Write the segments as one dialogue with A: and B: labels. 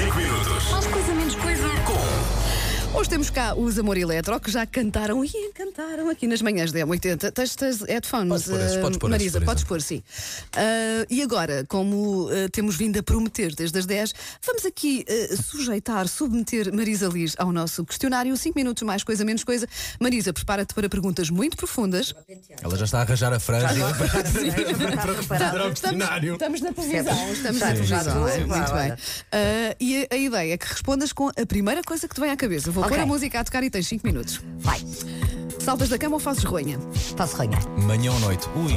A: Macaquinhos.
B: Mais coisa, menos coisa.
C: Hoje temos cá os Amor Eletro, que já cantaram e encantaram aqui nas manhãs da M80. Tens, tens headphones,
A: Podes pôr esses,
C: eh,
A: podes pôr esses,
C: Marisa,
A: por
C: podes pôr, sim. Ah, e agora, como ah, temos vindo a prometer desde as 10, vamos aqui ah, sujeitar, submeter Marisa Liz ao nosso questionário. 5 minutos mais coisa, menos coisa. Marisa, prepara-te para perguntas muito profundas.
A: Ela já está a arranjar a franja.
C: Tá, estamos, estamos na televisão, estamos na televisão. não é?
D: Sim, sim,
C: Muito
D: sim.
C: bem. Ah, e a, a ideia é que respondas com a primeira coisa que te vem à cabeça. Vou
D: Ok.
C: pôr a música a tocar e tens 5 minutos.
D: Vai,
C: Saltas da cama ou fazes ronha?
D: faço ronha.
A: Manhã ou noite? Ui,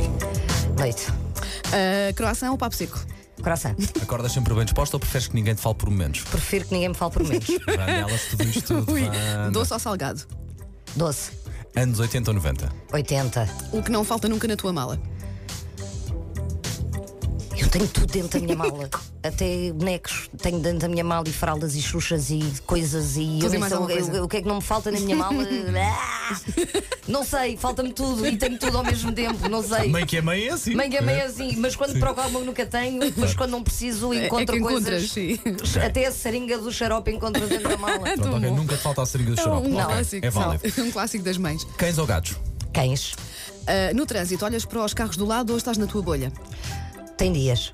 D: Leite.
C: Uh, croissant ou papo seco?
D: Coração.
A: acordas sempre bem disposta ou preferes que ninguém te fale por momentos?
D: Prefiro que ninguém me fale por menos.
A: Vá nelas tudo isto tudo.
C: Ui,
A: vá.
C: doce ou salgado?
D: Doce.
A: Anos 80 ou 90?
D: 80.
C: O que não falta nunca na tua mala?
D: Eu tenho tudo dentro da minha mala. Até bonecos tenho dentro da minha mala e fraldas e xuxas e coisas e
C: Tudo e
D: eu nem
C: mais
D: sei o-
C: alguma coisa.
D: eu- o que é que não me falta na minha mala. Ah! não sei, falta-me tudo e tenho tudo ao mesmo tempo, não sei.
A: Meio que é meio é assim.
D: Meio que é meio assim, mas quando procuro alguma nunca tenho, mas quando não preciso
C: É-
D: encontro
C: é que encontras,
D: coisas.
C: sim.
D: Até a seringa do xarope encontro dentro da mala.
A: Pronto, ok,
C: bom.
A: nunca te falta a seringa do
C: É
A: xarope.
C: um
A: Ok,
D: assim
C: clássico.
A: é válido.
C: sabe? Um clássico das mães.
A: Cães ou gatos?
D: Cães.
C: Uh, no trânsito, olhas para os carros do lado ou estás na tua bolha?
D: Tem dias.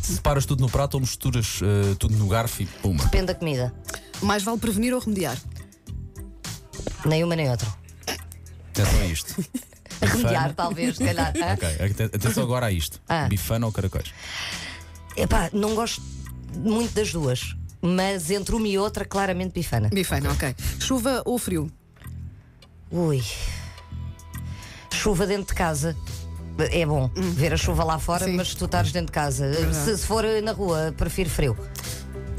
A: Separas tudo no prato ou misturas eh, tudo no garfo e puma?
D: Depende da comida.
C: Mais vale prevenir ou remediar?
D: Nem uma nem outra.
A: Atenção a isto.
D: Remediar, talvez, se calhar. hã?
A: Ok, aten- atenção agora a isto.
D: Ah.
A: Bifana ou caracóis?
D: Epá, não gosto muito das duas, mas entre uma e outra, claramente bifana.
C: Bifana, ok. Chuva ou frio?
D: Ui. Chuva dentro de casa. É bom ver a chuva lá fora,
C: Sim.
D: mas tu estás dentro de casa. Se, se for na rua, prefiro frio.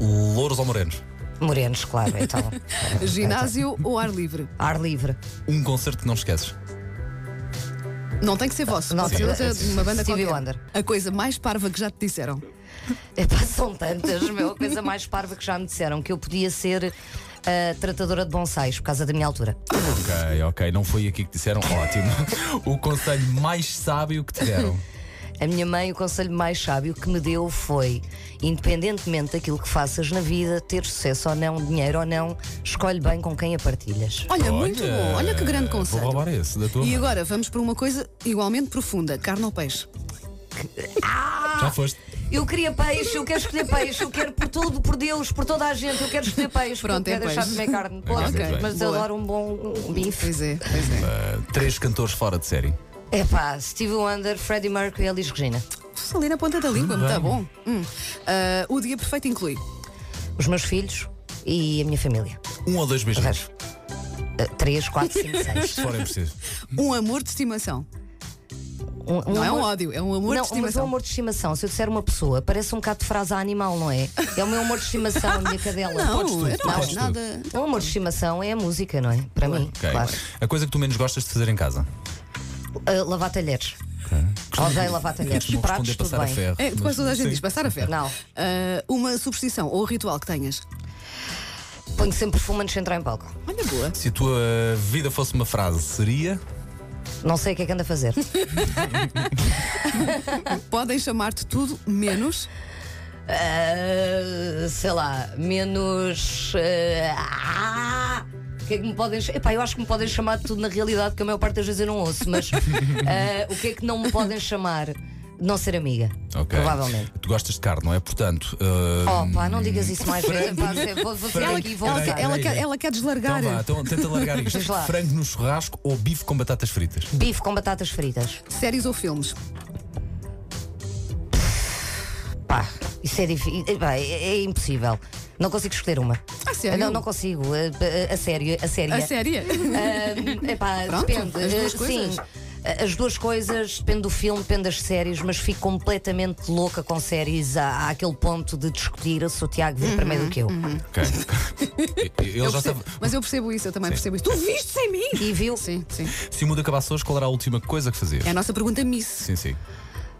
A: Louros ou morenos?
D: Morenos, claro, então.
C: tá. Ginásio ou ar livre?
D: Ar livre.
A: Um concerto que não esqueces.
C: Não é, tem que ser vosso,
D: Não,
C: pode ser
D: sim,
C: outra
D: sim,
C: de uma banda
D: Stevie
C: qualquer.
D: Wonder.
C: A coisa mais parva que já te disseram.
D: Epá, são tantas, meu. A coisa mais parva que já me disseram que eu podia ser ah, tratadora de bonsais por causa da minha altura.
A: Ok, ok, não foi aqui que disseram, ótimo. O conselho mais sábio que te deram.
D: A minha mãe, o conselho mais sábio que me deu foi: independentemente daquilo que faças na vida, ter sucesso ou não, dinheiro ou não, escolhe bem com quem a partilhas.
C: Olha, É muito bom, olha que grande conselho.
A: Vou roubar esse da tua
C: E
A: mãe.
C: agora vamos para uma coisa igualmente profunda: carne ou peixe?
A: Já foste.
D: Eu queria peixe, eu quero escolher peixe, eu quero por tudo, por Deus, por toda a gente, eu quero escolher peixe,
C: Pronto,
D: porque eu
C: é
D: quero deixar de
C: peixe.
D: comer carne.
A: Ok,
D: Posso,
A: muito bem.
D: mas
C: Boa.
D: adoro um bom um bife.
C: Pois é, pois é.
A: Ah, três cantores fora de série.
D: Epá, Stevie Wonder, Freddie Mercury e Elis Regina.
C: Pff, Ali na ponta da língua, muito
A: bem.
C: bom. Hum. Ah, o dia perfeito inclui.
D: Os meus filhos e a minha família. Eh,
A: Um ou dois
D: O
A: beijinhos.
D: resto. 3, 4, 5, 6.
A: Se forem é preciso.
C: Um amor de estimação. Não é um ódio, é um amor
D: não,
C: de
D: mas o
C: estimação.
D: amor de estimação, se eu disser uma pessoa, parece um bocado de frase a animal, não é? É o meu amor de estimação, a minha cadela.
C: Não, é-
A: Podes tudo,
C: eu não
A: podes
C: acho
A: tudo.
C: nada.
D: O amor de estimação é a música, não é? Para mim,
A: Ok.
D: claro.
A: A coisa que tu menos gostas de fazer em casa.
D: Ah, lavar talheres. Odeio lavar talheres.
A: Costumam
D: Pratos,
A: responder
D: tudo
A: passar a
D: bem.
A: ferro.
C: É,
A: mas-
C: quase toda a gente
A: sim.
C: diz, passar a ferro.
D: Não.
C: Ah, uma superstição ou ritual que tenhas.
D: Ponho sempre perfume antes de entrar em palco.
C: Olha, boa.
A: Se a tua vida fosse uma frase, seria.
D: Não sei o que é que anda a fazer.
C: Podem chamar-te tudo menos.
D: Ah, sei lá, menos. ah, ah, o que é que me podem. ch- Epá, eu acho que me podem chamar de tudo na realidade, que a maior parte das vezes eu não ouço, mas ah, o que é que não me podem chamar? De Não ser amiga.
A: Ok.
D: Provavelmente.
A: Tu gostas de carne, não é? Portanto. ah,
D: Oh, pá, não digas isso mais vezes. pá, vou, vou sair
A: Frango.
D: aqui e vou
C: Ela,
A: Peraí,
C: quer-
D: usar.
C: ela,
A: peraí.
C: quer, ela quer deslargar.
A: Então vá, então tenta largar isto.
D: Diz lá.
A: Frango no churrasco ou bife com batatas fritas?
D: Bife com batatas fritas.
C: Séries ou filmes.
D: Pá, isso é difícil. É, é impossível. Não consigo escolher uma.
C: A Ah, sério?
D: Não, não consigo. eh, A, a, a sério, a sério.
C: A séria?
D: Ah, epá,
C: Pronto,
D: depende.
C: as duas
D: Ah,
C: coisas.
D: Sim. Ah, As duas coisas, depende do filme, depende das séries, mas fico completamente louca com séries à, àquele ponto de discutir se o Tiago viu primeiro
C: Uhum,
D: do que eu.
A: Ok. Ele
C: Eu
A: já
C: percebo-
A: sabe.
C: Mas eu percebo isso, eu também percebo isso. Tu viste sem mim?
D: E viu?
C: Sim, sim.
A: Se o mundo acabasse hoje, qual era a última coisa que fazias?
C: É a nossa pergunta miss.
A: Sim, sim.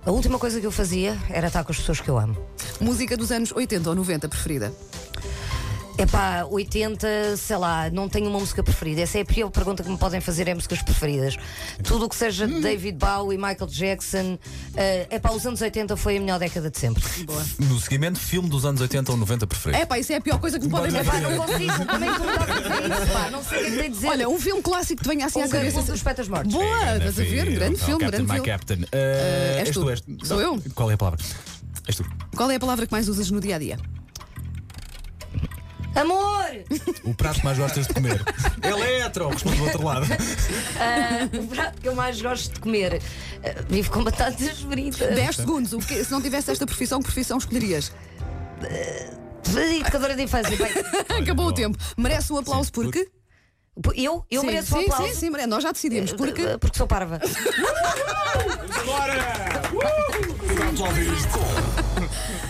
D: A última coisa que eu fazia era estar com as pessoas que eu amo.
C: Música dos anos 80 ou 90 preferida?
D: É pá, 80, sei lá, não tenho uma música preferida. Essa é a pior pergunta que me podem fazer: é músicas preferidas. Tudo o que seja
C: Hum.
D: de David Bowie, Michael Jackson. é pá, os anos 80 foi a melhor década de sempre.
C: Boa.
A: No seguimento, filme dos anos 80 ou 90 preferido.
C: É pá, isso é a pior coisa que me podem
D: É
C: fazer.
D: pá, não consigo, como é que tu me estás a dizer isso? Pá, não sei o que é que tem a dizer.
C: Olha, um filme clássico que te venha assim à
D: um
C: cabeça.
D: cabeça dos petas mortos.
C: Boa,
A: Ana
C: estás a ver?
A: Filho,
C: Grande
A: então,
C: filme,
A: É, né, Captain,
C: grande
A: my
C: filme.
A: Captain. Uh,
C: és
A: és
C: tu.
A: tu, és
C: Sou eu?
A: Qual é a palavra? És tu.
C: Qual é a palavra que mais usas no dia a dia?
D: Amor!
A: O prato que mais gostas de comer. Eletro! Responde do outro lado.
D: Ah, o prato que eu mais gosto de comer. ah, vivo com batatas fritas.
C: 10 segundos. O que, se não tivesse esta profissão, que profissão escolherias?
D: Educadora de infância. Bem,
C: Acabou o
A: bom.
C: tempo. Merece um aplauso
A: Sim,
C: porque.
D: eu eu
C: sim,
D: mereço um
C: sim,
D: aplauso.
C: Sim, sim, merece. Nós já decidimos. Porque.
D: Ah, Porque sou parva.
A: Bora! Vamos ouvir isto.